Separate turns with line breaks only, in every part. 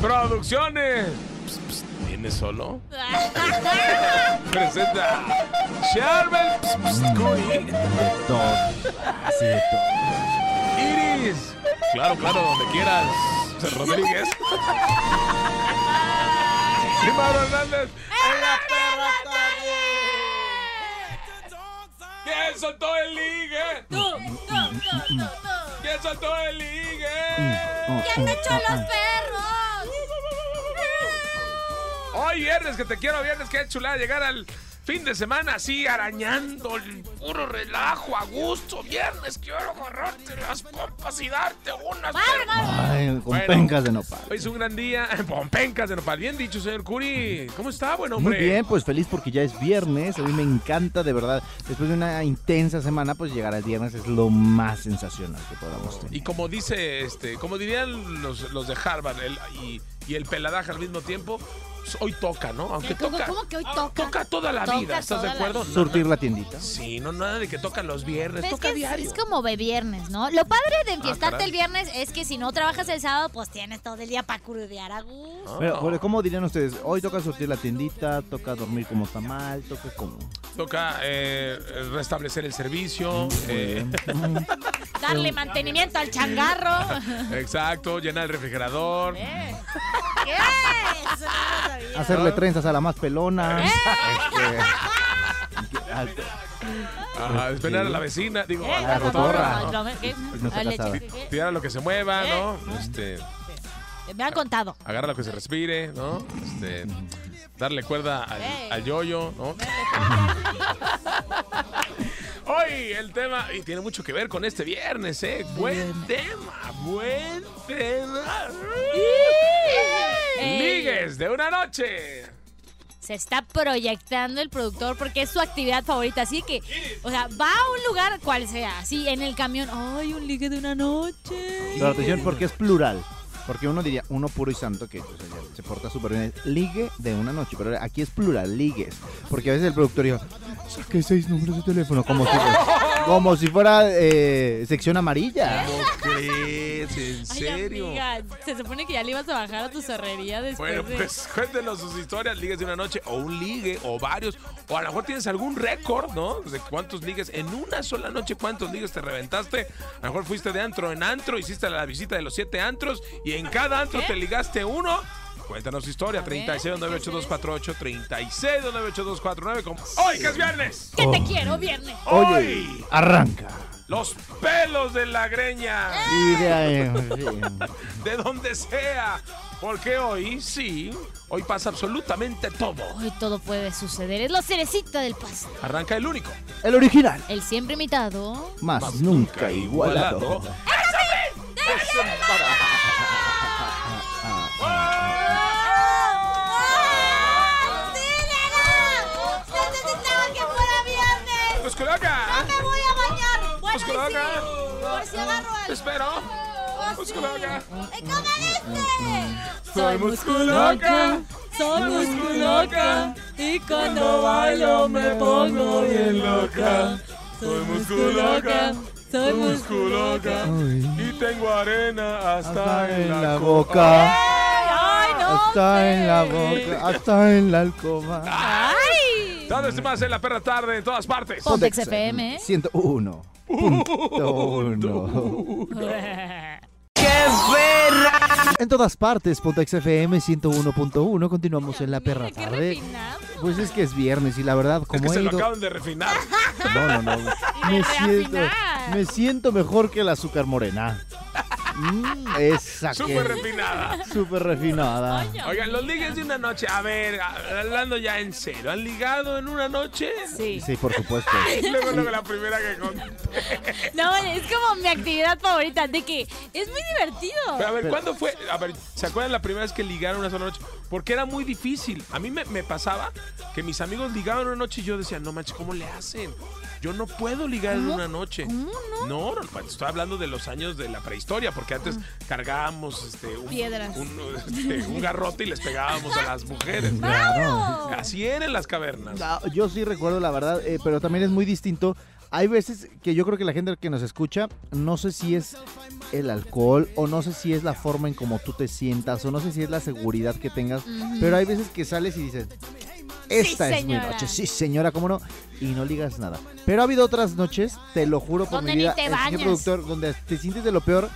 Producciones. Psst, psst, ¿Viene solo? Presenta. Charmel. psst, psst, Cuy. Iris. Claro, claro, donde quieras. Rodríguez. Limaro Hernández. En la perra tarde. ¿Quién soltó el ligue?
Tú, tú, tú, tú, tú.
¿Quién soltó el ligue?
¿Quién te echó los perros?
Hoy viernes, que te quiero viernes, que chulada llegar al fin de semana así arañando el puro relajo, a gusto. Viernes, quiero agarrarte las compas y darte unas.
¡Bárbaro!
Ay, con
Bueno.
pencas de nopal.
Hoy es un gran día. Pompencas de Nopal. Bien dicho, señor Curi. ¿Cómo está, buen
Muy
hombre?
bien, pues feliz porque ya es viernes. A mí me encanta, de verdad. Después de una intensa semana, pues llegar al viernes es lo más sensacional que podamos tener.
Y como dice, este, como dirían los, los de Harvard el- y, y el peladaje al mismo tiempo, pues, hoy toca, ¿no? Aunque
¿Cómo-
toca.
cómo que hoy toca?
Toca toda la
Toca
vida, ¿estás de
toda la
acuerdo?
vida.
No, no.
Surtir la tiendita.
Sí, no, nada de que toca los viernes,
Ves
toca
que es,
diario. Ah,
es como beviernes, ¿no? Lo padre de enfiestarte
caray.
el viernes es que si no trabajas el sábado, pues tienes todo el día para crudear a gusto.
Ah,
Pero, bueno, ¿cómo dirían ustedes? Hoy toca surtir la tiendita, toca dormir como está mal, toca como.
Toca eh, restablecer el
Mm,
servicio. eh,
Darle mantenimiento al changarro.
exacto, llenar el refrigerador.
¿Eh? ¿Qué? Eso no lo sabía.
Hacerle trenzas a la más pelona. Este, al-
Ajá, esperar a la vecina, digo, a
¿Qué?
la
la
cotorra.
cotorra.
Eh, Lo- ¿qué?
No está
Ah, leche,
casada.
¿qué?
Tirar a lo que se mueva,
¿Eh?
¿no? Este,
Me han contado.
agarra lo que se respire, ¿no? Este, darle cuerda al,
Ey.
al yoyo, ¿no? Hoy el tema, y tiene mucho que ver con este viernes, ¿eh? Buen tema, buen tema.
Ey.
Ligues de una noche.
se está proyectando el productor porque es su actividad favorita. Así que, o sea, va a un lugar cual sea, así en el camión. ¡Ay, un ligue de una noche!
Pero atención, porque es plural. Porque uno diría uno puro y santo que o sea, ya se porta súper bien. es Ligue de una noche. Pero aquí es plural, ligues. Porque a veces el productor dijo, saqué seis números de teléfono. Como si, como si fuera eh, sección amarilla.
¿Cómo crees? ¿En
Ay, amiga, se supone que ya le ibas a bajar a tu cerrería después
Bueno,
de-
pues cuéntenos sus historias, ligues de una noche, o un ligue, o varios, o a lo mejor tienes algún récord, ¿no? De cuántos ligues en una sola noche, cuántos ligues te reventaste. A lo mejor fuiste de antro en antro, hiciste la visita de los siete antros, y en cada antro te ligaste uno. Cuéntanos tu historia, 3698248, 3698249, como hoy que es viernes.
¡Que te quiero, viernes!
Oye,
Hoy,
arranca.
los pelos de la greña.
Y de ahí, sí.
de donde sea. Porque hoy sí, hoy pasa absolutamente todo.
Hoy todo puede suceder. Es la cerecita del pastel.
Arranca el único.
El original.
El siempre imitado.
Más, nunca igualado.
¡Necesitaba que fuera viernes!
Pues coloca.
¡Me voy a bañar!
Pues
Bueno, y
coloca.
sí, por si agarro
Te
algo.
Espero.
¡Oh,
Pues
sí!
coloca.
¡Eh, comadre!
Soy musculoca.
soy
musculoca,
y
cuando bailo me pongo bien loca. Soy musculoca,
soy
musculoca. Y tengo arena
Hasta en la boca.
¡Eh! ¡Ay, no!
Hasta en la
hombre! ¿Ah?
boca. Hasta en la alcoba.
¡Ay!
Todo esto y más en la perra tarde en todas partes.
Pontex ¿eh? FM.
101. En todas partes, Pontex FM 101.1. Continuamos en la perra
Mira, qué
tarde.
refinado.
Pues es que es viernes y la verdad,
Es
como
que se
he
lo
ido.
acaban de refinar.
No, no, no.
Y de
Me siento,
reafinar.
me siento mejor que el azúcar morena. Mm, esa
Súper
que-
refinada.
Súper refinada.
Coño.
Oigan, los ligues de una noche. A ver, a- hablando ya en serio. ¿Han ligado en una noche?
Sí.
Sí, por supuesto.
Luego, luego la primera que con-
No, es como mi actividad favorita, de que es muy
Pero a
divertido.
ver, ¿cuándo fue? A ver, ¿se acuerdan la primera vez que ligaron una sola noche? Porque era muy difícil. A mí me, me pasaba que mis amigos ligaban una noche y yo decía, no manches, ¿cómo le hacen? Yo no puedo ligar en
¿Cómo?
una noche.
¿Cómo no?
No, no, no, estoy hablando de los años de la prehistoria, porque antes cargábamos este, un,
Ah. Piedras.
un, este, un garrote y les pegábamos a las mujeres.
¡Claro!
Así eran las cavernas.
Ah, Yo sí recuerdo la verdad, eh, pero también es muy distinto. Hay veces que yo creo que la gente que nos escucha, no sé si es el alcohol o no sé si es la forma en como tú te sientas o no sé si es la seguridad que tengas,
Ujú.
pero hay veces que sales y dices, esta es mi
señora".
noche, sí señora, cómo no, y no ligas nada. Pero ha habido otras noches, te lo juro por
Donde
mi
ni
vida,
te
el
bañas.
señor productor, donde te sientes de lo peor.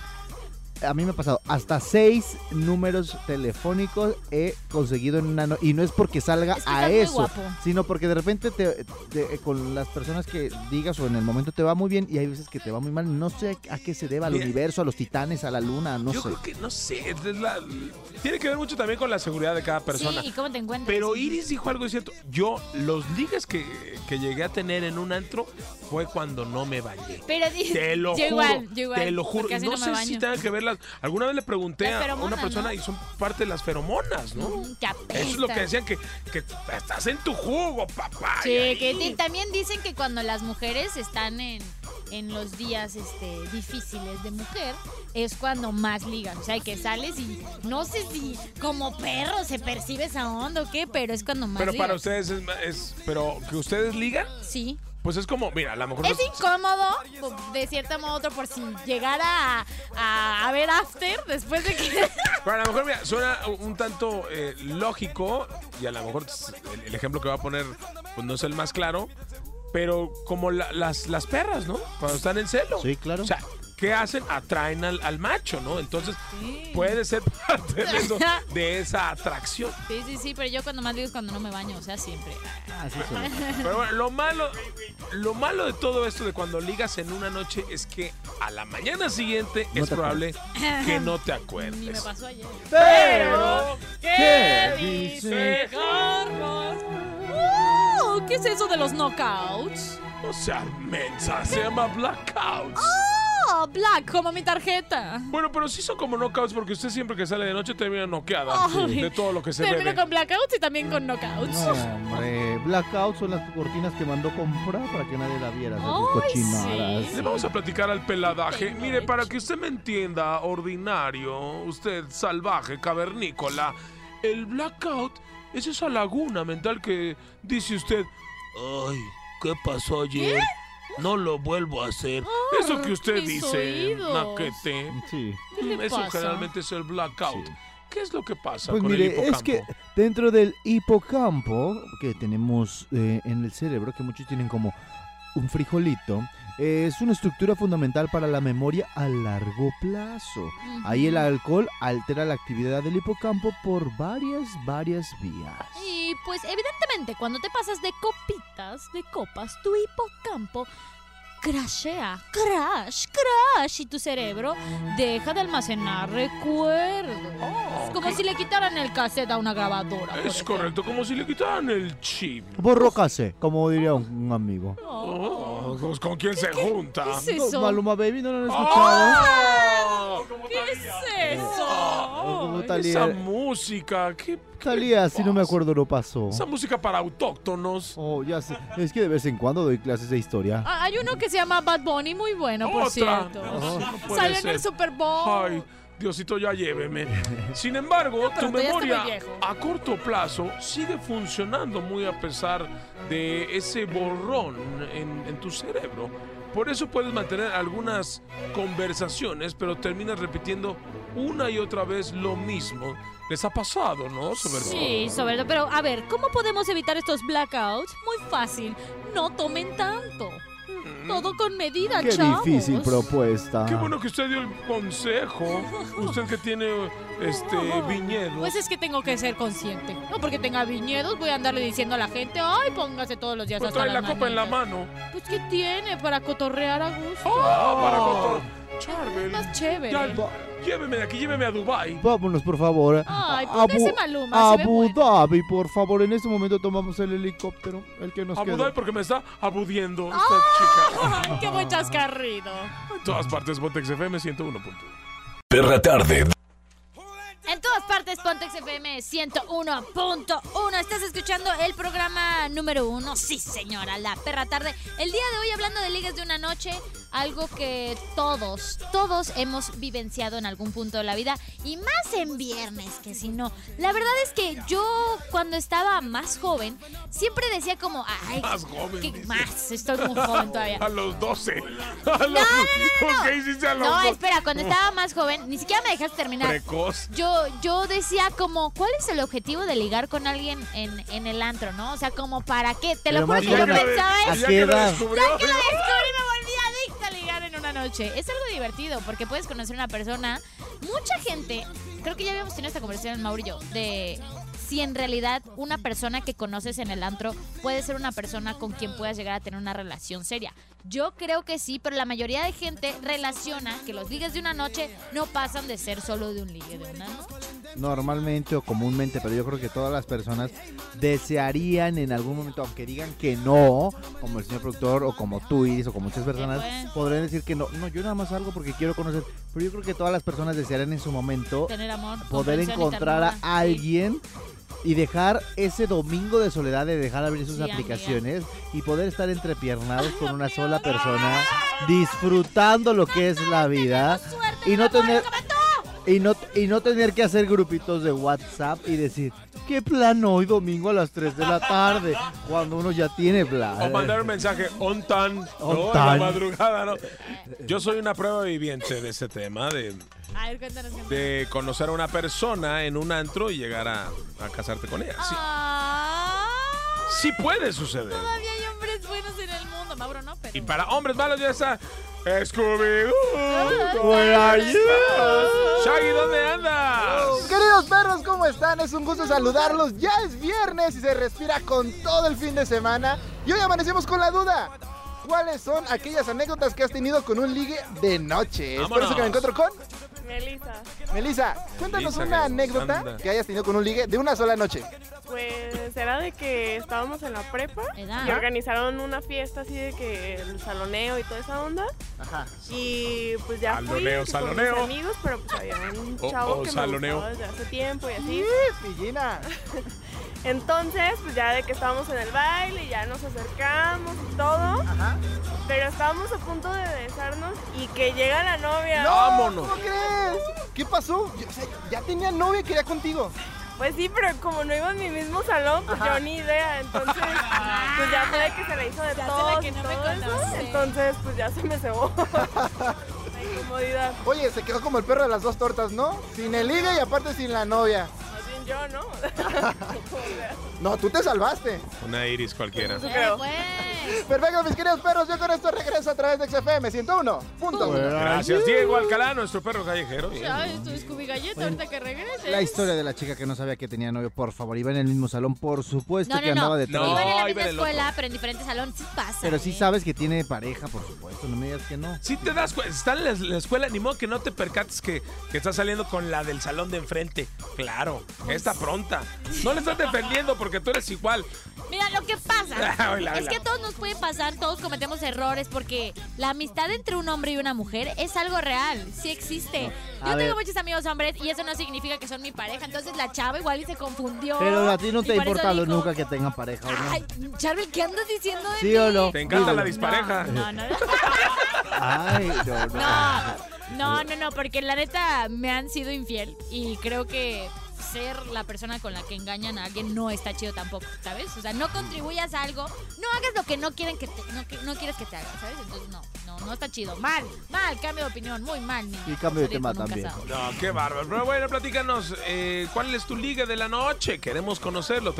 A mí me ha pasado hasta seis números telefónicos he conseguido en una noche. Y no es porque salga
Es que
a
estás muy
eso
guapo.
sino porque de repente te, te- eh, con las personas que digas o en el momento te va muy bien y hay veces que te va muy mal. No sé a qué se deba, al
Mira.
universo, a los titanes, a la luna, no
yo
sé.
creo que, no sé, es la- tiene que ver mucho también con la seguridad de cada persona.
Sí, ¿y cómo te encuentras?
Pero Iris dijo algo cierto. Yo, los ligues que, que llegué a tener en un antro fue cuando no me bañé.
Pero di-
Te lo
yo
juro.
igual, yo igual.
te lo juro.
porque
Y
así
no,
me
sé
baño.
si tenga que ver las. Alguna vez le pregunté
Las
a una
feromonas,
persona
¿no?
y son parte de las feromonas, ¿no?
Mm, que
Eso es lo que
apestas.
decían, que, que estás en tu jugo, papá.
Sí,
y ahí-
que ti- también dicen que cuando las mujeres están en, en los días este, difíciles de mujer, es cuando más ligan. O sea, que sales y no sé si como perro se percibe esa onda o qué, pero es cuando más
Pero
ligas.
para ustedes es, ma- es- Pero que ustedes ligan,
Sí.
pues es como. Mira, a lo mejor.
Es
nos-
incómodo, po- de cierto modo otro, por si llegara a, a- a ver After después de que...
Pero a lo mejor, mira, suena un tanto eh, lógico y a lo mejor tss, el, el ejemplo que va a poner pues, no es el más claro, pero como la- las, las perras, ¿no? Cuando están en celo.
Sí, claro.
O sea, ¿qué hacen? Atraen al, al macho, ¿no? Entonces, puede ser parte de, eso- de esa atracción.
Sí, sí, sí, pero yo cuando más digo es cuando no me baño, o sea, siempre.
Así son.
Pero bueno, lo malo, lo malo de todo esto de cuando ligas en una noche es que a la mañana siguiente
No
es
te
probable que no te
Ni me
acuerdes.
pasó ayer.
Pero,
¿qué dice
Oh, ¿Qué es eso de los knockouts?
O sea, mensa, se llama blackouts.
Oh, Black, como mi tarjeta.
Bueno, pero sí son como knockouts porque usted siempre que sale de noche termina noqueada
Ay.
de todo lo que se
Termino
bebe.
con blackouts y también con knockouts.
No, hombre, Blackout son las cortinas que mandó comprar para que nadie la viera. esas
Ay,
cochinadas.
sí.
Le vamos a platicar al peladaje.
Tengo
Mire, para
hecho.
que usted me entienda, ordinario, usted salvaje, cavernícola, el blackout es esa laguna mental que dice usted,
Ay, ¿qué pasó ayer? No lo vuelvo a hacer.
eso que usted
Ah, mis
dice,
oídos.
maquete.
Sí.
¿Qué le
Eso
pasa?
generalmente es el blackout.
Sí.
¿Qué es lo que pasa
Pues
con el
mire,
hipocampo?
es que dentro del hipocampo que tenemos eh, en el cerebro, que muchos tienen como un frijolito, eh, es una estructura fundamental para la memoria a largo plazo.
Ujú.
Ahí el alcohol altera la actividad del hipocampo por varias, varias vías.
Y pues evidentemente cuando te pasas de copitas, de copas, tu hipocampo crashea, crash, crash y tu cerebro deja de almacenar recuerdos.
Oh,
Como
ok.
si le quitaran el cassette a una grabadora. por
Es
ejemplo.
correcto, como si le quitaran el chip.
Borrócase, como diría un, un amigo.
Oh,
Oh, pues, ¿Con quién se junta?
¿Qué es eso?
Maluma Baby, ¿no lo han escuchado?
¡Oh!
¿Qué es eso?
Como
Esa
Talía,
música, ¿qué, qué
Talía, si no me
pasa?
acuerdo, no pasó.
Esa música para autóctonos.
Oh, ya sé. Es que de vez en cuando doy clases de historia.
Ah, Hay uno que se llama Bad Bunny, muy bueno, por
Otra.
cierto.
No, no puede
Salió en
ser.
el Super Bowl.
Ay, Diosito, ya lléveme. Sin embargo, tu
pero tú ya estás
memoria
muy viejo.
a corto plazo sigue funcionando muy a pesar de ese borrón en, en tu cerebro. Por eso puedes mantener algunas conversaciones, pero terminas repitiendo una y otra vez lo mismo. Les ha pasado, ¿no? Sobre todo.
Sí, sobre todo. Pero a ver, ¿cómo podemos evitar estos blackouts? Muy fácil. No tomen tanto.
Mm.
Todo con medida,
Qué
Ah, chavos.
difícil propuesta.
Qué bueno que usted dio el consejo. Usted que tiene este viñedo.
Pues es que tengo que ser consciente. No porque tenga viñedos, voy a andarle diciendo a la gente, ay, póngase todos los días
Pues
hasta
trae la
las
copa en la
manitas".
mano.
Pues ¿qué tiene para cotorrear a gusto? Ah,
¡Ah! Para contar. Charbel.
Más chévere.
Ya, Lléveme de aquí, lléveme a Dubai.
Vámonos, por favor.
Ay,
a
ponga ese
Abu-
Maluma, se ve
Abu
bueno.
Dhabi, por favor. En este momento tomamos el helicóptero, el que nos
A
quedó.
Dubai porque me está abudiendo esta
Ay, Ah, qué buen chascarrido.
chica. En todas partes, Botex FM 101.1.
Perra tarde.
En todas partes, Pontex FM 101.1. Estás escuchando el programa número uno. Sí, señora, la perra tarde. El día de hoy, hablando de ligas de una noche, algo que todos, todos hemos vivenciado en algún punto de la vida y más en viernes que si no. La verdad es que yo, cuando estaba más joven, siempre decía como, ay,
Más joven,
¿qué
dice.
más? Estoy Ah, muy joven todavía.
A los 12. A los, no, ¿Qué hiciste a los
No,
12?
espera, cuando estaba más joven, ni siquiera me dejaste terminar.
Precoz.
Pues yo, yo decía como, ¿cuál es el objetivo de ligar con alguien en, en el antro, no? O sea, como, ¿para qué? Te
Pero
lo juro
más
que yo
bien la-
pensaba
¿A
eso.
qué
que lo
edad?
descubrió.
Ya que lo descubrí, me volví adicta a ligar en una noche. Es algo divertido porque puedes conocer a una persona. Mucha gente, creo que ya habíamos tenido esta conversación en Mauri y yo, de si en realidad una persona que conoces en el antro puede ser una persona con quien puedas llegar a tener una relación seria. Yo creo que sí, pero la mayoría de gente relaciona que los ligues de una noche no pasan de ser solo de un ligue de una noche.
Normalmente o comúnmente, pero yo creo que todas las personas desearían en algún momento, aunque digan que no, como el señor productor o como tú, Iris, o como muchas personas,
Eh, pues.
podrían decir que no. No, yo nada más algo porque quiero conocer. Pero yo creo que todas las personas desearían en su momento
Tener amor.
poder
comprensión y
encontrar a
ternura. Sí.
alguien y dejar ese domingo de soledad de dejar abrir sus
Sí, amiga.
aplicaciones y poder estar entrepiernados con una sola persona disfrutando lo que es la vida
Suerte,
y no
mi amor,
tener
como tú.
y no y no tener que hacer grupitos de WhatsApp y decir qué plan hoy domingo a las 3 de la tarde cuando uno ya tiene plan.
O mandar un mensaje on tan,
On
¿no? En la
tan.
madrugada, ¿no? Yo soy una prueba viviente de ese tema, de,
A ver, cuéntanos. mi amor.
de conocer a una persona en un antro y llegar a, a casarte con ella. Sí,
Ah,
sí puede suceder.
Todavía hay hombres buenos en el mundo, Mauro, ¿no? Pero...
Y para hombres malos ya está Scooby-Doo.
Where are you?
Shaggy, ¿dónde andas?
Queridos perros, ¿cómo están? Es un gusto saludarlos. Ya es viernes y se respira con todo el fin de semana. Y hoy amanecemos con la duda. ¿Cuáles son aquellas anécdotas que has tenido con un ligue de noche? Es por eso que me
Vámonos.
encuentro con
Melissa,
Melissa. Cuéntanos
Melissa,
una
que
anécdota
anda.
que hayas tenido con un ligue de una sola noche.
pues era de que estábamos en la prepa
Edad.
y organizaron una fiesta así de que el saloneo y toda esa onda.
Ajá.
Y pues ya fui
Saloneo,
con
saloneo.
mis amigos, pero pues había un
Oh,
chavo
oh,
que
saloneo.
me gustaba desde hace tiempo y así.
Pillina.
Entonces, pues ya de que estábamos en el baile, ya nos acercamos y todo,
Ajá.
pero estábamos a punto de besarnos y que llega la novia.
¡No!
Vámonos.
¿Cómo crees? ¿Qué pasó? Yo- o sea, ya tenía novia y quería contigo.
Pues sí, pero como no iba en mi mismo salón, pues yo ni idea. Entonces, pues ya fue de que se la hizo de
Ya sé la
todo.
que no me conoce.
entonces, pues ya se me cebó. La incomodidad.
Oye, se quedó como el perro de las dos tortas, ¿no? Sin el ligue y aparte sin la novia.
Más bien yo, ¿no?
No, tú te salvaste.
Una iris cualquiera.
Eso
Eh,
creo.
pues.
Perfecto, mis queridos perros, yo con esto regreso a través de XFM 101.1.
Gracias, Diego Alcalá, nuestro perro callejero.
Ay, esto es Cubi Galleta, ahorita que regrese.
La historia de la chica que no sabía que tenía novio, por favor, iba en el mismo salón, por supuesto
No,
este que
no,
andaba
no.
detrás.
No,
Iban en la
iba
misma
en el
escuela, pero en diferentes salones. Sí pasa.
Pero sí
¿eh?
sabes que tiene pareja, por supuesto, no me digas que no.
Si te das cuenta, está en la, la escuela, ni modo que no te percates que, que estás saliendo con la del salón de enfrente. Claro, está pronta. No le estás defendiendo porque tú eres igual.
Mira, lo que pasa
Hola,
es
hola.
que a todos nos puede pasar, todos cometemos errores, porque la amistad entre un hombre y una mujer es algo real, sí existe.
No.
Yo
A ver.
tengo muchos amigos hombres y eso no significa que son mi pareja, entonces la chava igual y se confundió.
Pero a ti no
y
te ha
por eso
importado
dijo,
nunca que tengan pareja, ¿o no?
Ay, Charvel, ¿qué andas diciendo de
¿Sí o
mí?
no?
Te encanta la
No,
dispareja.
No, no, no.
Ay, no, no.
No, no, no, porque la neta me han sido infiel y creo que ser la persona con la que engañan a alguien no está chido tampoco, ¿sabes? O sea, no contribuyas a algo, no hagas lo que no quieren que te- no, que- no quieres que te hagan, ¿sabes? Entonces no, no, no está chido. Mal, mal, cambio de opinión, muy mal. niña.
Y cambio de
Salir
tema
con un
también.
casado.
No, qué bárbaro. Pero bueno, platícanos, eh, ¿cuál es tu liga de la noche? Queremos conocerlo.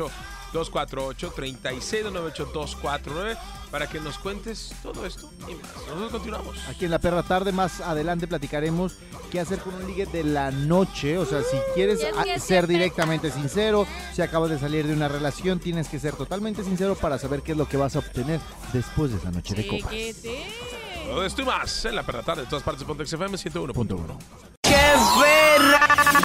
36298-248, 36298-249, para que nos cuentes todo esto y más. Nosotros continuamos.
Aquí en La Perra Tarde, más adelante platicaremos qué hacer con un ligue de la noche. O sea, si quieres
Y el
a-
que
ser
siempre
directamente sincero, si acabas de salir de una relación, tienes que ser totalmente sincero para saber qué es lo que vas a obtener después de esa noche de copas.
Chiquitín.
Todo esto y más en la perra tarde. En todas partes, Pontex FM 101.1.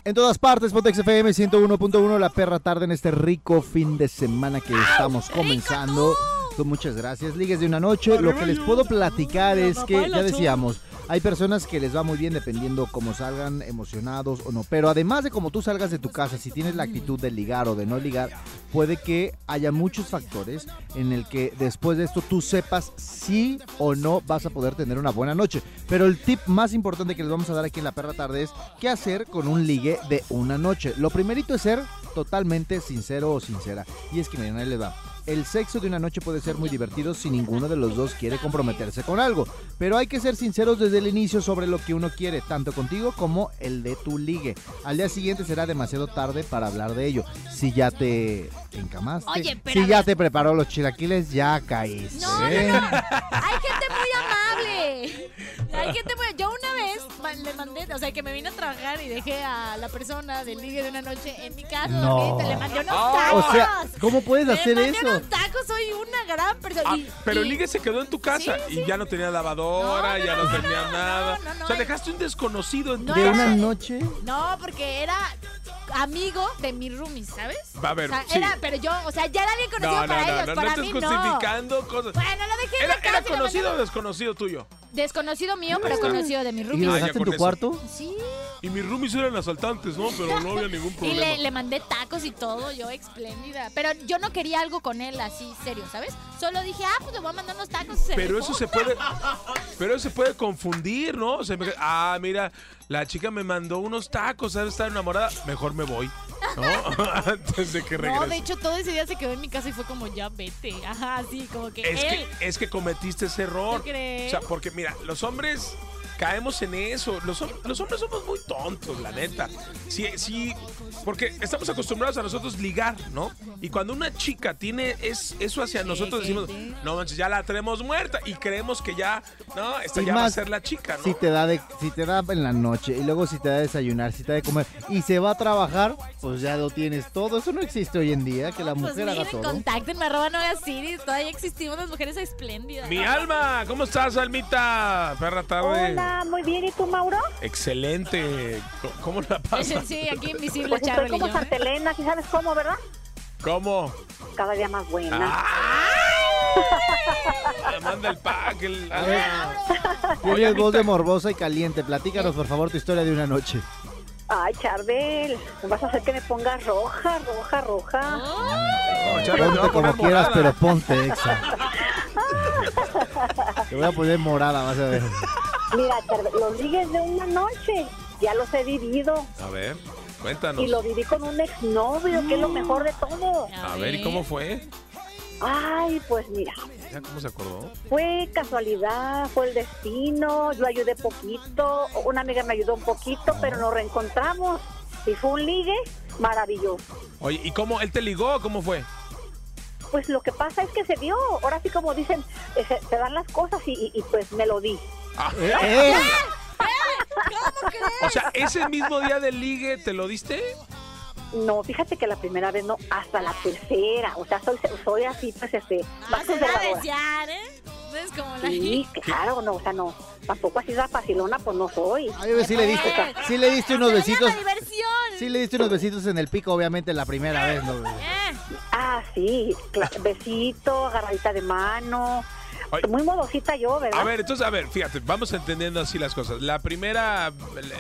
En todas partes, Potex FM 101.1, la perra tarde en este rico fin de semana que estamos comenzando. Tú, Muchas gracias, ligues de una noche. Lo que les puedo platicar es que, ya decíamos, hay personas que les va muy bien dependiendo cómo salgan, emocionados o no. Pero además de cómo tú salgas de tu casa, si tienes la actitud de ligar o de no ligar, puede que haya muchos factores en el que después de esto tú sepas si o no vas a poder tener una buena noche. Pero el tip más importante que les vamos a dar aquí en la perra tarde es qué hacer con un ligue de una noche. Lo primerito es ser totalmente sincero o sincera. Y es que miren, ahí les va. El sexo de una noche puede ser muy divertido si ninguno de los dos quiere comprometerse con algo, pero hay que ser sinceros desde el inicio sobre lo que uno quiere, tanto contigo como el de tu ligue. Al día siguiente será demasiado tarde para hablar de ello. Si ya te encamaste,
Oye, pero a
si ya
ver.
te preparó los chilaquiles, ya caíste.
No, no, no. Hay gente muy amable. Hay gente muy. Yo una vez ma- le mandé, o sea, que me vine a trabajar y dejé a la persona del ligue de una noche en mi casa.
No. Ah,
dormidita, Le mandé unos
O
tacos.
sea, ¿cómo puedes hacer
le mandé
eso?
unos tacos. Soy una gran persona.
Ah,
Y-
pero el
y-
ligue se quedó en tu casa
Sí,
y ya no tenía lavadora,
No, no,
ya no,
no,
tenía
no,
nada.
no, no,
o sea,
no.
dejaste un desconocido en tu
No,
De
casa.
una noche.
No, porque era amigo de mis roomies, ¿sabes?
Va a ver,
O sea,
sí.
era, pero yo, o sea, ya era alguien conocido
No, no,
para
no,
ellos.
no,
para
no
mí
estés
no.
justificando cosas.
Bueno, lo dejé en
¿Era,
la
era
casa y lo
conocido o
mandé-
desconocido tuyo?
Desconocido mío, pero conocido de mis
¿Y lo
Ah,
roomies.
ya
dejaste en
con
tu
eso.
cuarto?
Sí.
Y mis roomies eran asaltantes, ¿no? Pero no había ningún
Y
Pues problema.
le, le mandé tacos y todo, yo espléndida. Pero yo no quería algo con él así serio, ¿sabes? Solo dije, ah, pues le voy a mandar unos tacos. y se
Pero
rifó.
eso se puede. Pero eso se puede confundir, ¿no? Se me- ah, mira, la chica me mandó unos tacos, ¿sabes? Estar enamorada. Mejor me voy, ¿no? Antes de que regrese.
No, de hecho, todo ese día se quedó en mi casa y fue como, ya vete. Ajá, sí, como que
es,
él.
que, es que cometiste ese error.
¿Tú crees?
O sea, porque mira, los hombres caemos en eso. Los, hom- los hombres somos muy tontos, la neta. Sí, sí, porque estamos acostumbrados a nosotros ligar, ¿no? Y cuando una chica tiene es, eso hacia nosotros, decimos, no manches, ya la tenemos muerta. Y creemos que ya, no, esta
Y
ya va a
más,
ser la chica, ¿no?
Si te da de, si te da en la noche y luego si te da de desayunar, si te da de comer y se va a trabajar, pues ya lo tienes todo. Eso no existe hoy en día, que la
Pues
mujer haga
miren,
todo.
contáctenme, arroba no hagas Siri. Todavía existimos las mujeres espléndidas.
Mi alma, ¿cómo estás, Almita? Perra tarde.
Hola, muy bien. ¿Y tú, Mauro?
Excelente. ¿Cómo- ¿Cómo la pasas?
Sí, aquí invisible,
Pues
Charlie.
estoy
yo,
como
¿eh?
Santa Elena, ¿sí sabes cómo, verdad?
¿Cómo?
Cada día más buena.
¡Ay! Manda el pack, el alma. Oye,
Tienes voz
Almita,
de morbosa y caliente. Platícanos, por favor, tu historia de una noche.
Ay, Charbel, vas a hacer que me ponga roja, roja, roja.
no, Charlie, te voy
Ponte
a poner
como quieras,
morada.
pero ponte, exa. Te voy a poner morada, vas a ver.
Mira, Charbel, los ligues de una noche ya los he vivido.
A ver, cuéntanos.
Y lo viví con un exnovio, que es lo mejor de todo.
A ver, ¿y cómo fue?
Ay, pues mira,
Mira ¿Cómo se acordó?
fue casualidad, fue el destino, yo ayudé poquito, una amiga me ayudó un poquito, pero nos reencontramos. Y fue un ligue maravilloso.
Oye, ¿y cómo? ¿Él te ligó o cómo fue?
Pues lo que pasa es que se dio. Ahora sí, como dicen, eh, se, se dan las cosas y, y- y, pues me lo di.
¡Eh!
Ah. O sea, ese mismo día del ligue, ¿te lo diste?
No, fíjate que la primera vez no, hasta la tercera. O sea, soy, soy así, pues, este,
Ah,
más
se va a
conservadora.
desear, ¿eh? No es como la
Sí, claro, no, o sea, no. Tampoco así la facilona, pues no soy.
Ay, güey, sí le diste, sí le diste unos
Se daña
besitos.
la diversión.
Sí le diste unos besitos en el pico, obviamente, la primera vez, ¿no? güey?
Eh,
Ah, sí, cla- besito, agarradita de mano.
Ay.
Muy modosita yo, ¿verdad?
A ver, entonces, a ver, fíjate, vamos entendiendo así las cosas. La primera,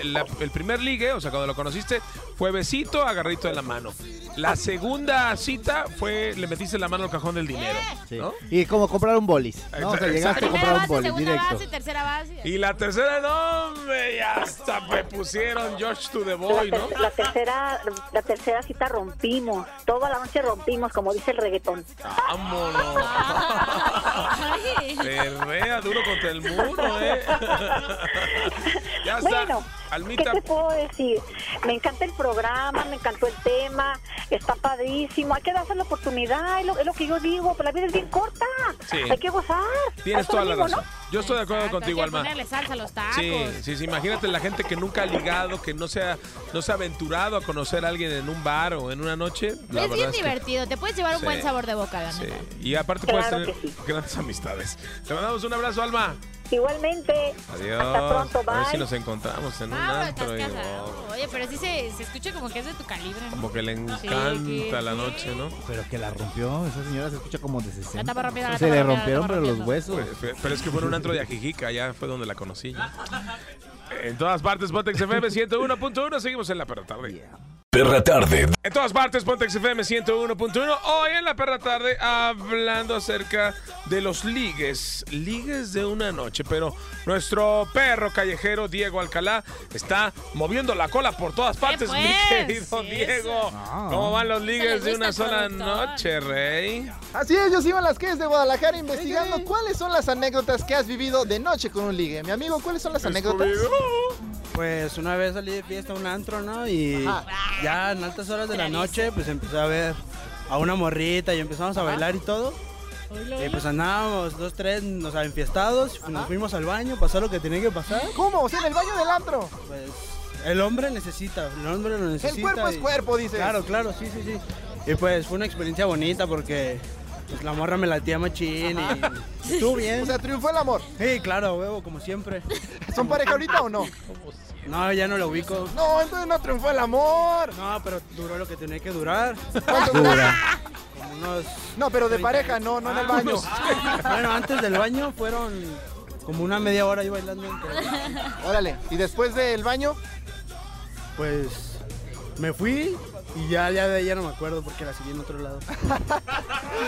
la- el primer ligue, o sea, cuando lo conociste, fue besito, agarrito de la mano. La segunda cita fue, le metiste la mano al cajón del dinero,
Sí.
¿no?
Y como comprar un bolis. ¿no? O
Exacto,
sea, llegaste a
primera
comprar un
base,
bolis
segunda
directo.
base, tercera base.
Y la tercera, no, hombre, ya hasta me pusieron Josh to the
La,
boy, ¿no?
ter- la tercera la tercera cita rompimos, toda la noche rompimos, como dice el reggaetón.
¡Vámonos!
Ay.
Perrea duro contra el muro, ¿eh? ya está.
Bueno,
Almita,
¿qué te puedo decir? Me encanta el programa, me encantó el tema, está padrísimo, hay que darse la oportunidad, es lo, es lo que yo digo, pero la vida es bien corta,
Sí.
hay que gozar.
tienes
Eso
toda la
digo,
razón. Yo estoy de acuerdo
Exacto,
contigo,
hay que
Alma.
ponerle salsa a los tacos.
Sí, sí, sí, imagínate la gente que nunca ha ligado, que no se ha, no se ha aventurado a conocer a alguien en un bar o en una noche. La
es
verdad
bien
es que-
divertido, te puedes llevar un
Sí.
buen sabor de boca, la
sí.
neta.
Y aparte
Claro
puedes tener
que sí.
grandes amistades. Te mandamos un abrazo, Alma.
Igualmente.
Adiós.
Hasta pronto,
A ver
bye.
si nos encontramos en un
Ah, pero
antro.
estás
y-
casado. Oye, pero sí se, se escucha como que es de tu calibre, ¿no?
Como que le
Sí,
encanta
que-
la noche, ¿no?
Pero que la rompió, esa señora se escucha como de
La
60.
tapa rompida, la
Se
tapa
le
rompida, la
rompieron
tapa
pero los
rompida.
huesos.
Pero- Pero es que fue en un antro de Ajijica, allá fue donde la conocí. yo. En todas partes, Pontex FM 101.1, seguimos en la perra tarde.
Perra tarde.
En todas partes, Pontex FM 101.1. Hoy en la perra tarde, hablando acerca de los ligues, ligues de una noche. Pero nuestro perro callejero, Diego Alcalá, está moviendo la cola por todas partes, mi
pues?
querido
Eso.
Diego.
Ah.
¿Cómo van los ligues
gusta
de una
al
sola
productor.
noche, rey?
Así es, yo sigo en las calles de Guadalajara investigando cuáles son las anécdotas que has vivido de noche con un ligue. Mi amigo, ¿cuáles son las anécdotas?
Pues una vez salí de fiesta a un antro, ¿no? Y
Ajá.
ya en altas horas de la
Clarísimo.
noche, pues empecé a ver a una morrita y empezamos a bailar y todo.
Oilo,
Y
oilo.
pues andábamos dos, tres, nos enfiestados, nos fuimos al baño, pasó lo que tenía que pasar.
¿Cómo? O sea, en el baño del antro.
Pues el hombre necesita, el hombre lo necesita.
El cuerpo es
y-
cuerpo, dices.
Claro, claro, sí, sí, sí. Y pues fue una experiencia bonita porque pues, la morra me latía machín y estuvo bien.
O sea, triunfó el amor.
sí, claro, huevo, como siempre.
¿Son pareja ahorita o no?
No, ya no lo ubico.
No, entonces no triunfó el amor.
No, pero duró lo que tenía que durar.
¿Cuánto dura?
Como unos... Ah,
No, pero de pareja, no, no en el baño.
pues, Bueno, antes del baño fueron como una media hora ahí bailando. entre-
Órale, y después del baño,
Pues me fui y ya, ya de ahí ya no me acuerdo porque la seguí en otro lado.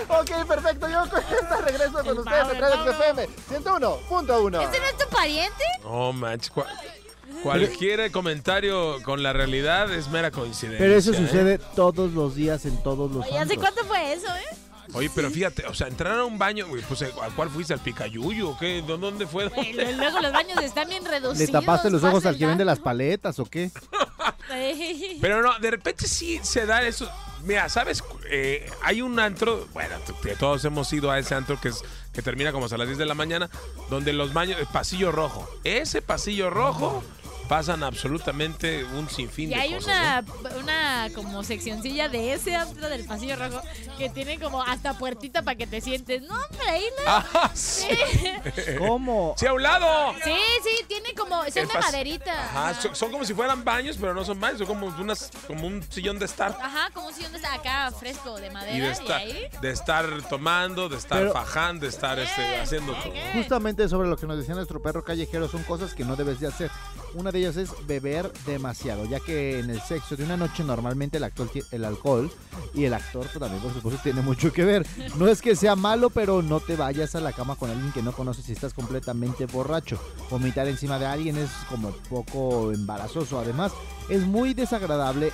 ok, perfecto. Yo con esta regreso con
El
ustedes
Pablo,
a
el
través de
Pablo.
FM 101.1.
¿Este no es tu pariente?
No manches. cua- cualquier comentario con la realidad es mera coincidencia.
Pero eso
¿eh?
sucede todos los días en todos los
Oye, ¿hace
antros.
cuánto fue eso, eh?
Oye, pero fíjate, o sea, entrar a un baño, güey, pues ¿a cuál fuiste? ¿Al Picayuyo? o ¿Qué? ¿Dó- ¿Dónde fue?
Güey, lo- Luego los baños están bien reducidos.
¿Le tapaste los ojos
pasa
al
el
que vende las
dato.
paletas o qué?
Ey.
Pero no, de repente sí se da eso. Mira, ¿sabes? Eh, hay un antro, bueno, t- t- todos hemos ido a ese antro que, es, que termina como a las 10 de la mañana, donde los baños, el pasillo rojo. Ese pasillo rojo pasan absolutamente un sinfín
Y
de
hay
cosas. ¿eh?
una, una como seccioncilla de ese antro del pasillo rojo que tiene como hasta puertita para que te sientes. No, hombre, ahí
¿no?
la...
¡Ah, sí!
¿Cómo?
¡Sí, a un lado!
Sí, sí, tiene como...
El
Pues Son de
pas-
maderita.
Ajá, son, son como si fueran baños, pero no son baños, son como, unas, como un sillón de estar.
Ajá, como si uno está acá fresco de madera
Y
y,
de estar,
ahí...
de estar tomando, de estar
Pero-
fajando, de estar este,
Bien,
haciendo
bien,
todo.
bien.
Justamente sobre lo que nos decía nuestro perro callejero, son cosas que no debes de hacer. Una de ellas es beber demasiado, ya que en el sexo de una noche normalmente el, actor ti- el alcohol y el actor pues, también, por supuesto, tiene mucho que ver. No es que sea malo, pero no te vayas a la cama con alguien que no conoces si estás completamente borracho. Vomitar encima de alguien es como poco embarazoso. Además, es muy desagradable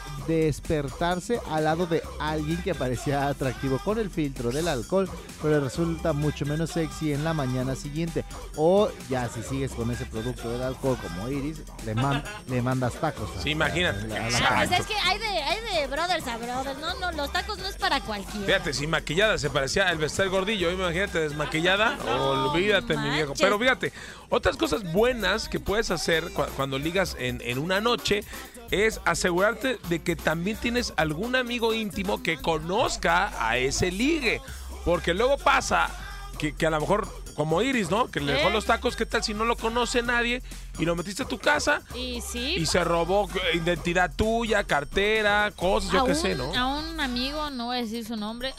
despertarse al lado de alguien que parecía atractivo con el filtro del alcohol pero resulta mucho menos sexy en la mañana siguiente. O ya si sigues con ese producto del alcohol como Iris, le, man- le mandas tacos. a-
Sí, imagínate.
a la- a la
Ah,
cara.
pues es que hay de, hay de brothers a brothers. No, no, los tacos no es para cualquiera.
Fíjate, si maquillada se parecía al vestir gordillo, imagínate desmaquillada, olvídate, mi
manches.
viejo. Pero fíjate, otras cosas buenas que puedes hacer cua- cuando ligas en, en una noche es asegurarte de que también tienes algún amigo íntimo que conozca a ese ligue. Porque luego pasa que, que a lo mejor, como Iris, ¿no? Que le dejó
¿Eh?
los tacos, ¿qué tal si no lo conoce nadie y lo metiste a tu casa?
Y sí,
Y se robó eh, identidad tuya, cartera, cosas, yo
a,
qué
un,
sé, ¿no?
a un amigo, no voy a decir su nombre,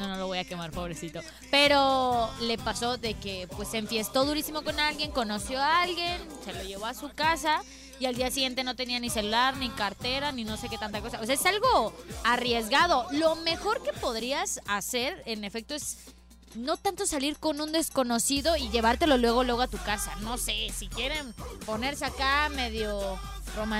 no, no lo voy a quemar, pobrecito, pero le pasó de que pues se enfiestó durísimo con alguien, conoció a alguien, se lo llevó a su casa y al día siguiente no tenía ni celular, ni cartera, ni no sé qué tanta cosa. O sea, es algo arriesgado. Lo mejor que podrías hacer, en efecto, es... No tanto salir con un desconocido y llevártelo luego luego a tu casa. No sé, si quieren ponerse acá medio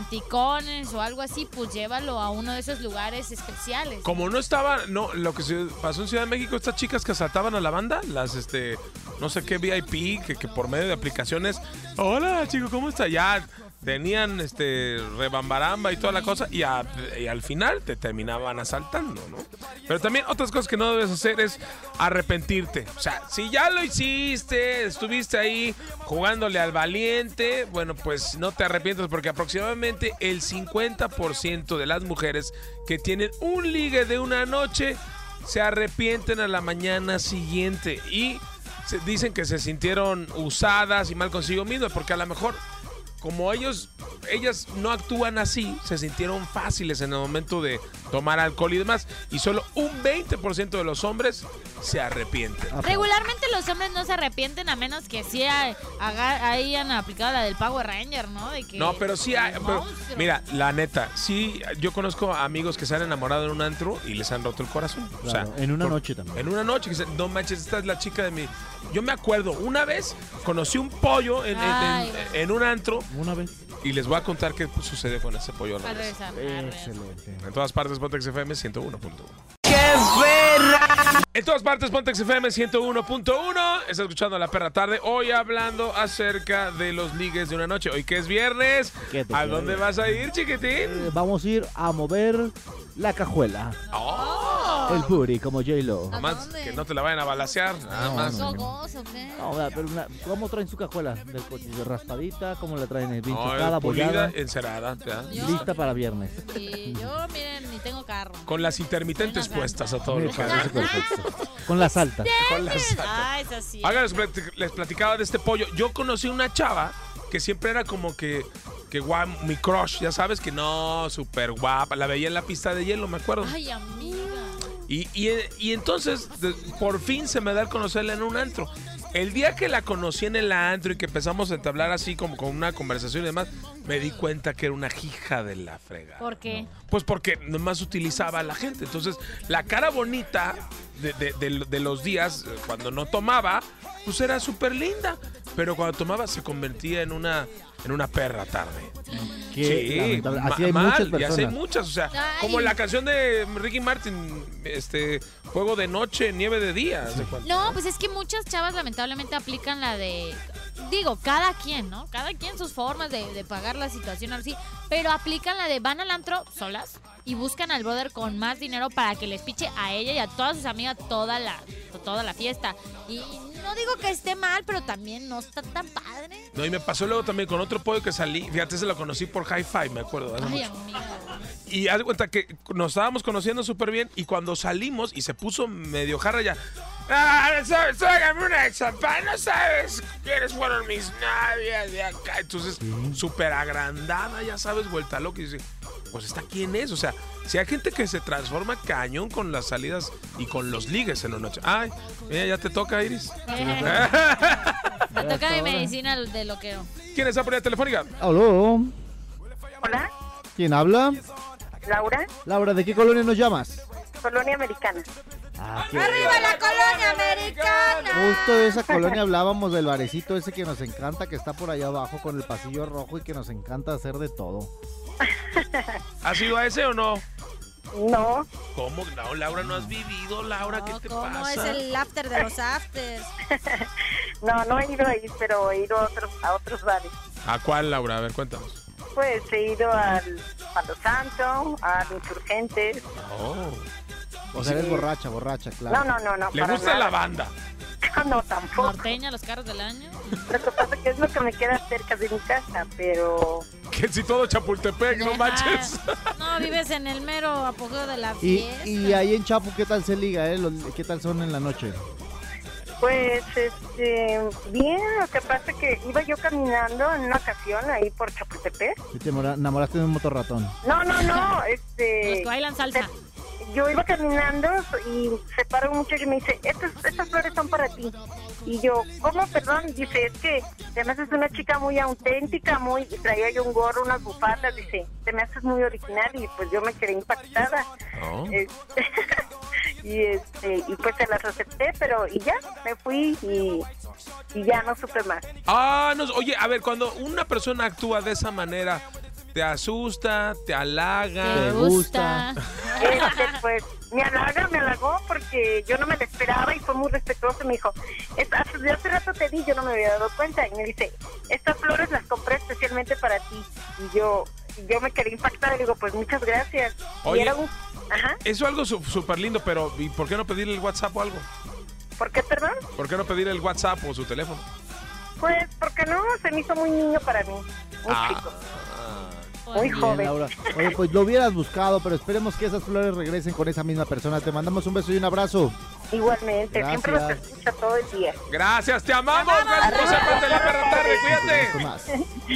romanticones o algo así, pues llévalo a uno de esos lugares especiales.
Como no estaba, no, lo que se pasó en Ciudad de México, estas chicas que asaltaban a la banda, las este, no sé qué VIP, que, que por medio de aplicaciones, hola chico, ¿cómo está? Ya tenían este rebambaramba y toda la cosa, y, a- y al final te terminaban asaltando, ¿no? Pero también otras cosas que no debes hacer es arrepentirte. O sea, si ya lo hiciste, estuviste ahí jugándole al valiente, bueno, pues no te arrepientas porque aproximadamente el 50% de las mujeres que tienen un ligue de una noche se arrepienten a la mañana siguiente y se- dicen que se sintieron usadas y mal consigo mismas, porque a lo mejor, como ellos, ellas no actúan así, se sintieron fáciles en el momento de tomar alcohol y demás, y solo un 20% de los hombres se arrepienten.
Regularmente los hombres no se arrepienten a menos que sí ha- haga- hayan aplicado la del Power Ranger, ¿no? De que
No, pero sí hay.
el
pero-
monstruo.
mira, la neta, sí, yo conozco amigos que se han enamorado en un antro y les han roto el corazón. O sea,
Claro, en una noche también.
en una noche que dicen, no manches, esta es la chica de mi. Yo me acuerdo, una vez conocí un pollo en, en- en-
Ay.
en un antro
Una vez.
y les voy a contar qué pues, sucedió con ese pollo. al
Al
regreso.
regresar.
Excelente.
En todas partes, Pontex FM 101.1.
¡Qué verra!
En todas partes, Pontex FM 101.1. Está escuchando La Perra Tarde. Hoy hablando acerca de los ligues de una noche. Hoy que es viernes.
¿Qué te
¿A
quiero
dónde
ir?
vas a ir, chiquitín?
Eh, Vamos a ir a mover la cajuela.
Oh.
El puri, como J-Lo.
Nomás
dónde?
que no te la vayan a balasear, nada más.
¿Gozo, gozo, qué?
No, vea, pero una- ¿Cómo traen su cajuela? Del coche, raspadita, ¿cómo la traen? Bien
No,
chocada,
pulida,
bollada,
encerada. ya.
Yo-
lista para viernes.
Y yo, miren, ni tengo carro.
Con las intermitentes
Buena
puestas a todos
Me
los
parece perfecto. Con las altas.
Con las
Ah, es así.
Oigan, les, plati- les platicaba de este pollo. Yo conocí una chava que siempre era como que, que guau, mi crush, ya sabes que no, súper guapa. La veía en la pista de hielo, me acuerdo.
Ay, amiga.
Y, y- y entonces, de- por fin se me da el conocerla en un antro. El día que la conocí en el antro y que empezamos a entablar así como con una conversación y demás, me di cuenta que era una hija de la fregada.
¿Por qué?
Pues porque nomás utilizaba a la gente. Entonces, la cara bonita de, de- de- de los días, eh, cuando no tomaba, pues era súper linda. Pero cuando tomaba se convertía en una, en una perra tarde.
Qué
Sí,
lamentable. Así
ma-
hay
mal, y
muchas
así hay
personas.
muchas. O sea,
Ay.
como la canción de Ricky Martin, este, Fuego de Noche, Nieve de Día. ¿se acuerdan?
No, pues es que muchas chavas lamentablemente aplican la de. Digo, cada quien, ¿no? Cada quien sus formas de, de pagar la situación, así. Pero aplican la de van al antro solas y buscan al brother con más dinero para que les piche a ella y a todas sus amigas toda la, toda la fiesta. Y no digo que esté mal, pero también no está tan padre.
No, y me pasó luego también con otro pollo que salí. Fíjate, se lo conocí por Hi-Fi, me acuerdo. hace
Ay,
mucho.
amiga.
Y haz de cuenta que nos estábamos conociendo súper bien y cuando salimos y se puso medio jarra ya. "Ah, ¿sabes? Tráigame una de champán, no sabes quiénes fueron mis novias de acá. Entonces, súper agrandada, ya sabes, vuelta loca. Y dice, pues esta quién es. O sea, si hay gente que se transforma cañón con las salidas y con los ligues en la noche. Ay, mira, ya te toca, Iris.
Me toca mi medicina de loquero.
¿Quién está por la telefónica?
Aló.
Hola,
¿Quién habla?
Laura,
Laura, ¿de qué colonia nos llamas?
Colonia Americana.
Ah, qué
¡Arriba la colonia americana!
Justo de esa colonia hablábamos del barecito ese que nos encanta, que está por allá abajo con el pasillo rojo y que nos encanta hacer de todo.
¿Has ido a ese o no?
No,
¿Cómo? No, Laura, no has vivido, Laura, ¿qué te
¿Cómo
pasa?
es el after de los afters?
no, no he ido ahí, pero he ido a otros, a otros bares.
¿A cuál, Laura? A ver, cuéntanos.
Pues he ido al Palo Santo, a Insurgentes. Oh.
O sea, eres borracha, borracha, claro.
No, no, no, no.
Le
para
gusta la
nada.
banda.
No, tampoco.
Norteña, los carros del año.
Lo que pasa es que es lo que me queda cerca de mi casa, Ah, pero
Que si todo Chapultepec, no
Ajá.
manches.
No, vives en el mero apogeo de la
Y,
fiesta.
y ahí en Chapu, ¿qué tal se liga, eh? Los- ¿Qué tal son en la noche?
pues este, bien, lo que pasa es que iba yo caminando en una ocasión ahí por Chapultepec.
Si te mora- enamoraste de un motorratón.
No, no, no,
Los que
este,
bailan salsa.
yo iba caminando y se paró un muchacho y me dice, estas, estas flores son para ti. Y yo, ¿cómo, perdón? Dice, es que te me haces una chica muy auténtica, muy, y traía yo un gorro, unas bufandas, dice, te me haces muy original y pues yo me quedé impactada. Este, y este y pues se las acepté pero y ya me fui y, y ya no supe más
Ah, no. Oye, a ver, cuando una persona actúa de esa manera, te asusta, te
Te
halaga.
gusta.
este pues me halaga me halagó porque yo no me lo esperaba y fue muy respetuoso me dijo "Es- hace, de hace rato te vi yo no me había dado cuenta y me dice estas flores las compré especialmente para ti y yo y yo me quedé impactada y digo pues muchas gracias
Oye.
y era un ajá
Eso es algo su- súper lindo, pero ¿y por qué no pedirle el WhatsApp o algo?
¿por qué perdón?
¿Por qué no pedirle el WhatsApp o su teléfono?
pues porque no se me hizo muy niño para mí muy chico muy
Bien,
joven
Laura. Oye, pues lo hubieras buscado, pero esperemos que esas flores regresen con esa misma persona. Te mandamos un beso y un abrazo.
Igualmente, siempre los
Gracias.
escucho todo el día.
Gracias, te amamos. Gracias por ser parte de la perra tarde. Cuídate.
Más.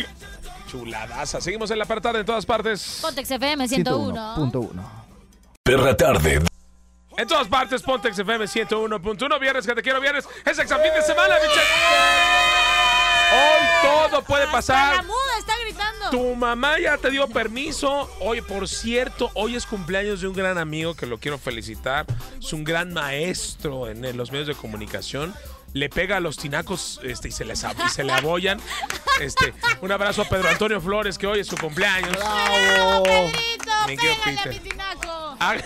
Chuladaza. Seguimos en la perra tarde en todas partes.
Pontex FM 101.
Perra tarde.
En todas partes, Pontex FM 101.1. Viernes que te quiero, viernes. Es exam fin de semana, bichas. Hoy todo puede
La
pasar.
muda está gritando.
Tu mamá ya te dio permiso. Hoy, por cierto, hoy es cumpleaños de un gran amigo que lo quiero felicitar. Es un gran maestro en eh, los medios de comunicación. Le pega a los tinacos este, y, se les, ab- y se le abollan. Este, un abrazo a Pedro Antonio Flores, que hoy es su cumpleaños. Mi querido
Pégale a
Peter.
mi tinaco.
Ah.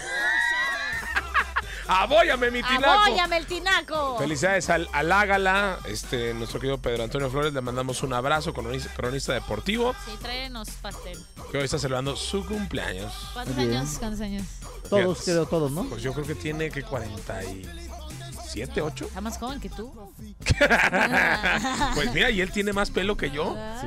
Abóyame, mi tinaco.
Apóyame el tinaco.
Felicidades al, al Ágala, este, nuestro querido Pedro Antonio Flores. Le mandamos un abrazo, cronista, cronista deportivo,
Sí, tráenos pastel.
que hoy está celebrando su cumpleaños.
¿Cuántos
Bien.
años? ¿Cuántos años?
Todos, creo, todos, ¿no?
Pues yo creo que tiene que 47, 8.
Está Ah, más joven que tú.
pues mira, y él tiene más pelo que yo. Sí,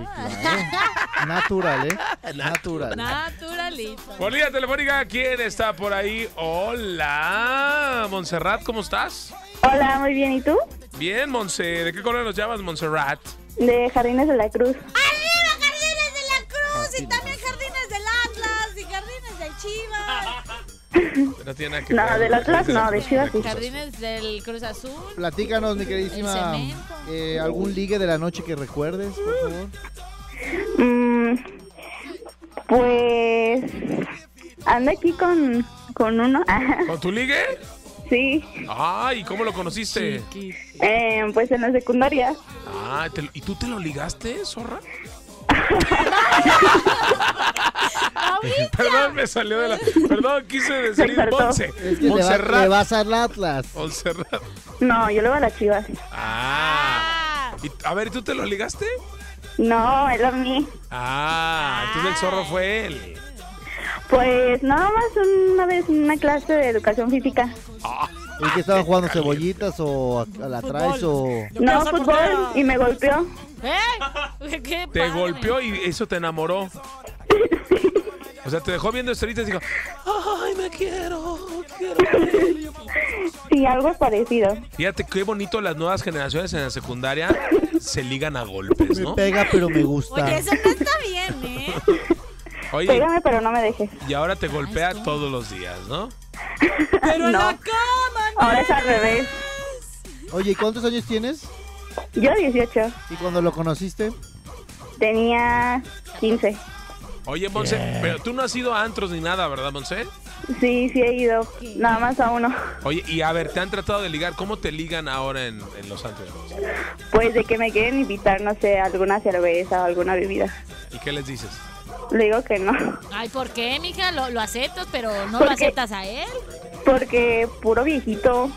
Natural, ¿eh?
Natural.
Naturalito.
Por línea telefónica, ¿quién está por ahí? Hola, Montserrat, ¿cómo estás?
Hola, muy bien. ¿Y tú?
Bien, Monse. ¿De qué color nos llamas, Montserrat?
De Jardines de la Cruz.
¡Arriba, Jardines de la Cruz! Y también Jardines del Atlas y Jardines del Chivas.
No tiene nada que
No,
ver.
del Atlas no, de Chivas sí.
Jardines del Cruz Azul.
Platícanos, mi queridísima.
El cemento.
eh, ¿Algún ligue de la noche que recuerdes, por favor?
Mm, pues ando aquí con, con uno.
¿Con tu ligue?
sí,
Ay, ¿cómo lo conociste?
eh, pues en la secundaria.
Ah, te lo- ¿y tú te lo ligaste, zorra? Perdón, me salió de la. Perdón, quise decir Monse.
Es que le, va- le
Monserrat.
vas al Atlas.
Monserrat.
No, yo le voy a las Chivas.
Ah. Y, a ver, ¿y tú te lo ligaste?
No, él a mí.
Ah, entonces el zorro fue él.
Pues nada más una vez en una clase de educación física.
¿Y que estaban jugando cebollitas o a, a la traes o.?
No, fútbol y me golpeó.
¿Eh? ¿Qué
Te
padre.
golpeó y eso te enamoró. O sea, te dejó viendo estrellitas y dijo, ¡Ay, me quiero! quiero
Sí, algo parecido.
fíjate qué bonito las nuevas generaciones en la secundaria se ligan a golpes,
Me
¿no?
pega, pero me gusta.
Oye, eso no está bien, ¿eh?
Oye,
Pégame, pero no me dejes.
y ahora te golpea todos los días, ¿no?
Pero
en
la cama,
Ahora es al revés.
Oye, ¿y cuántos años tienes?
Yo 18.
¿Y cuando lo conociste?
Tenía 15.
Oye, Monse, pero tú no has ido a antros ni nada, ¿verdad, Monse?
Sí, sí he ido. Nada más a uno.
Oye, y a ver, te han tratado de ligar. ¿Cómo te ligan ahora en, en los antros, Monse?
Pues de que me quieren invitar, no sé, alguna cerveza o alguna bebida.
¿Y qué les dices?
Le digo que no.
Ay, ¿por qué, mija? Lo, lo aceptas, pero no
¿Por
lo
qué?
aceptas a él.
Porque puro viejito.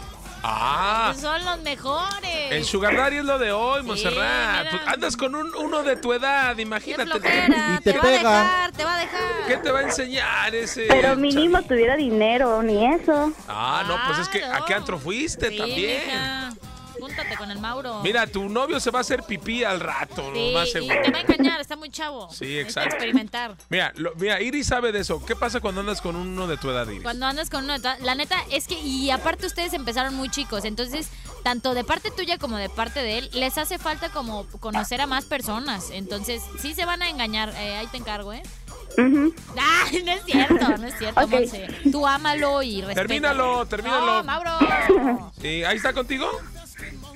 Ah,
Pues son los mejores.
el sugar daddy es lo de hoy, Monserrat.
mira.
Pues andas con un- uno de tu edad, imagínate.
flojera,
Y te te va a pega.
Ah, Te va a dejar.
¿Qué te va a enseñar ese?
Pero
chavi?
mínimo tuviera dinero, ni eso.
Ah, no, pues es que ¿a qué antro fuiste
Sí,
este también?
mija. Júntate con el Mauro.
Mira, tu novio se va a hacer pipí al rato,
Sí,
lo más
y
seguro.
te va a engañar, está muy chavo.
Sí,
Necesita
exacto.
experimentar.
Mira, lo- mira, Iris sabe de eso. ¿Qué pasa cuando andas con uno de tu edad, Iris?
Cuando andas con uno de tu- La neta es que, y aparte ustedes empezaron muy chicos, entonces, tanto de parte tuya como de parte de él, les hace falta como conocer a más personas. Entonces, sí se van a engañar, eh, ahí te encargo, ¿eh? Ay, no es cierto, no es cierto,
Ok.
Monse. Tú ámalo y respeta.
Termínalo, termínalo.
Pues No, Mauro.
Sí, ahí está contigo.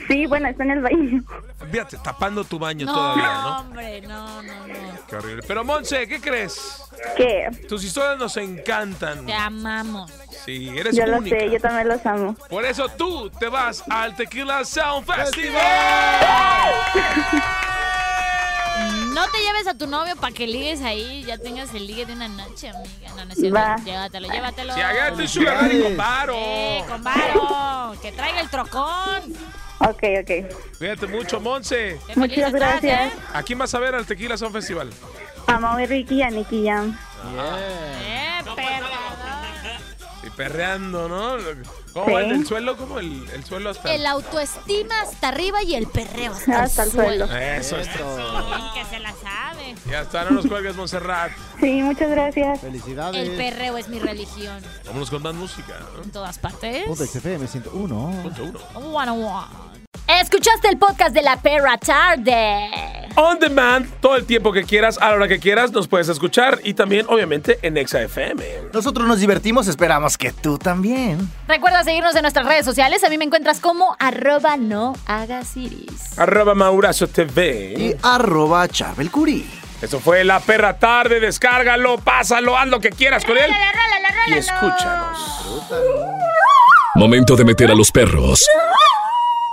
Sí, bueno, está en el baño.
Fíjate, tapando tu baño
No,
todavía, ¿no?
hombre, no, no, no.
Qué horrible. Pero Monse, ¿qué crees?
¿Qué?
Tus historias nos encantan.
Te amamos.
Sí, eres
yo
única.
lo sé, yo también los amo.
Por eso tú te vas al Tequila Sound Festival.
No te lleves a tu novio para que ligues ahí, ya tengas el ligue de una noche, amiga. No, no es cierto.
Va.
Llévatelo, llévatelo.
Si agarra tu sugar daddy con varo.
Eh, con varo. Que traiga el trocón.
Ok, ok.
Cuídate mucho, Monse.
Qué feliz
Muchas
estás,
gracias.
¿A quién vas a ver al Tequila Sound Festival?
A Mami Ricky y a Nicky Jam.
Ah,
Eh, perra.
sí, Perreando, ¿no? ¿Cómo
Sí.
va el, el suelo? ¿Cómo el, el suelo hasta
El autoestima hasta arriba y el perreo hasta,
Hasta el suelo.
Eso, es
Bien que se la sabe.
Ya está, no nos cuelgues, Montserrat.
Sí, muchas gracias.
Felicidades.
El perreo es mi religión.
Vámonos con más música.
En todas partes.
Puta, XFM 101.
One on one. Escuchaste el podcast de la perra tarde.
On demand, todo el tiempo que quieras, a la hora que quieras, nos puedes escuchar y también, obviamente, en Exa FM.
Nosotros nos divertimos, esperamos que tú también.
Recuerda seguirnos en nuestras redes sociales. A mí me encuentras como arroba no hagas iris.
Arroba Maurazo TV. Y
arroba Charbel Curi.
Eso fue La Perra Tarde. Descárgalo, pásalo, haz lo que quieras con él. Y escúchanos.
Momento de meter a los perros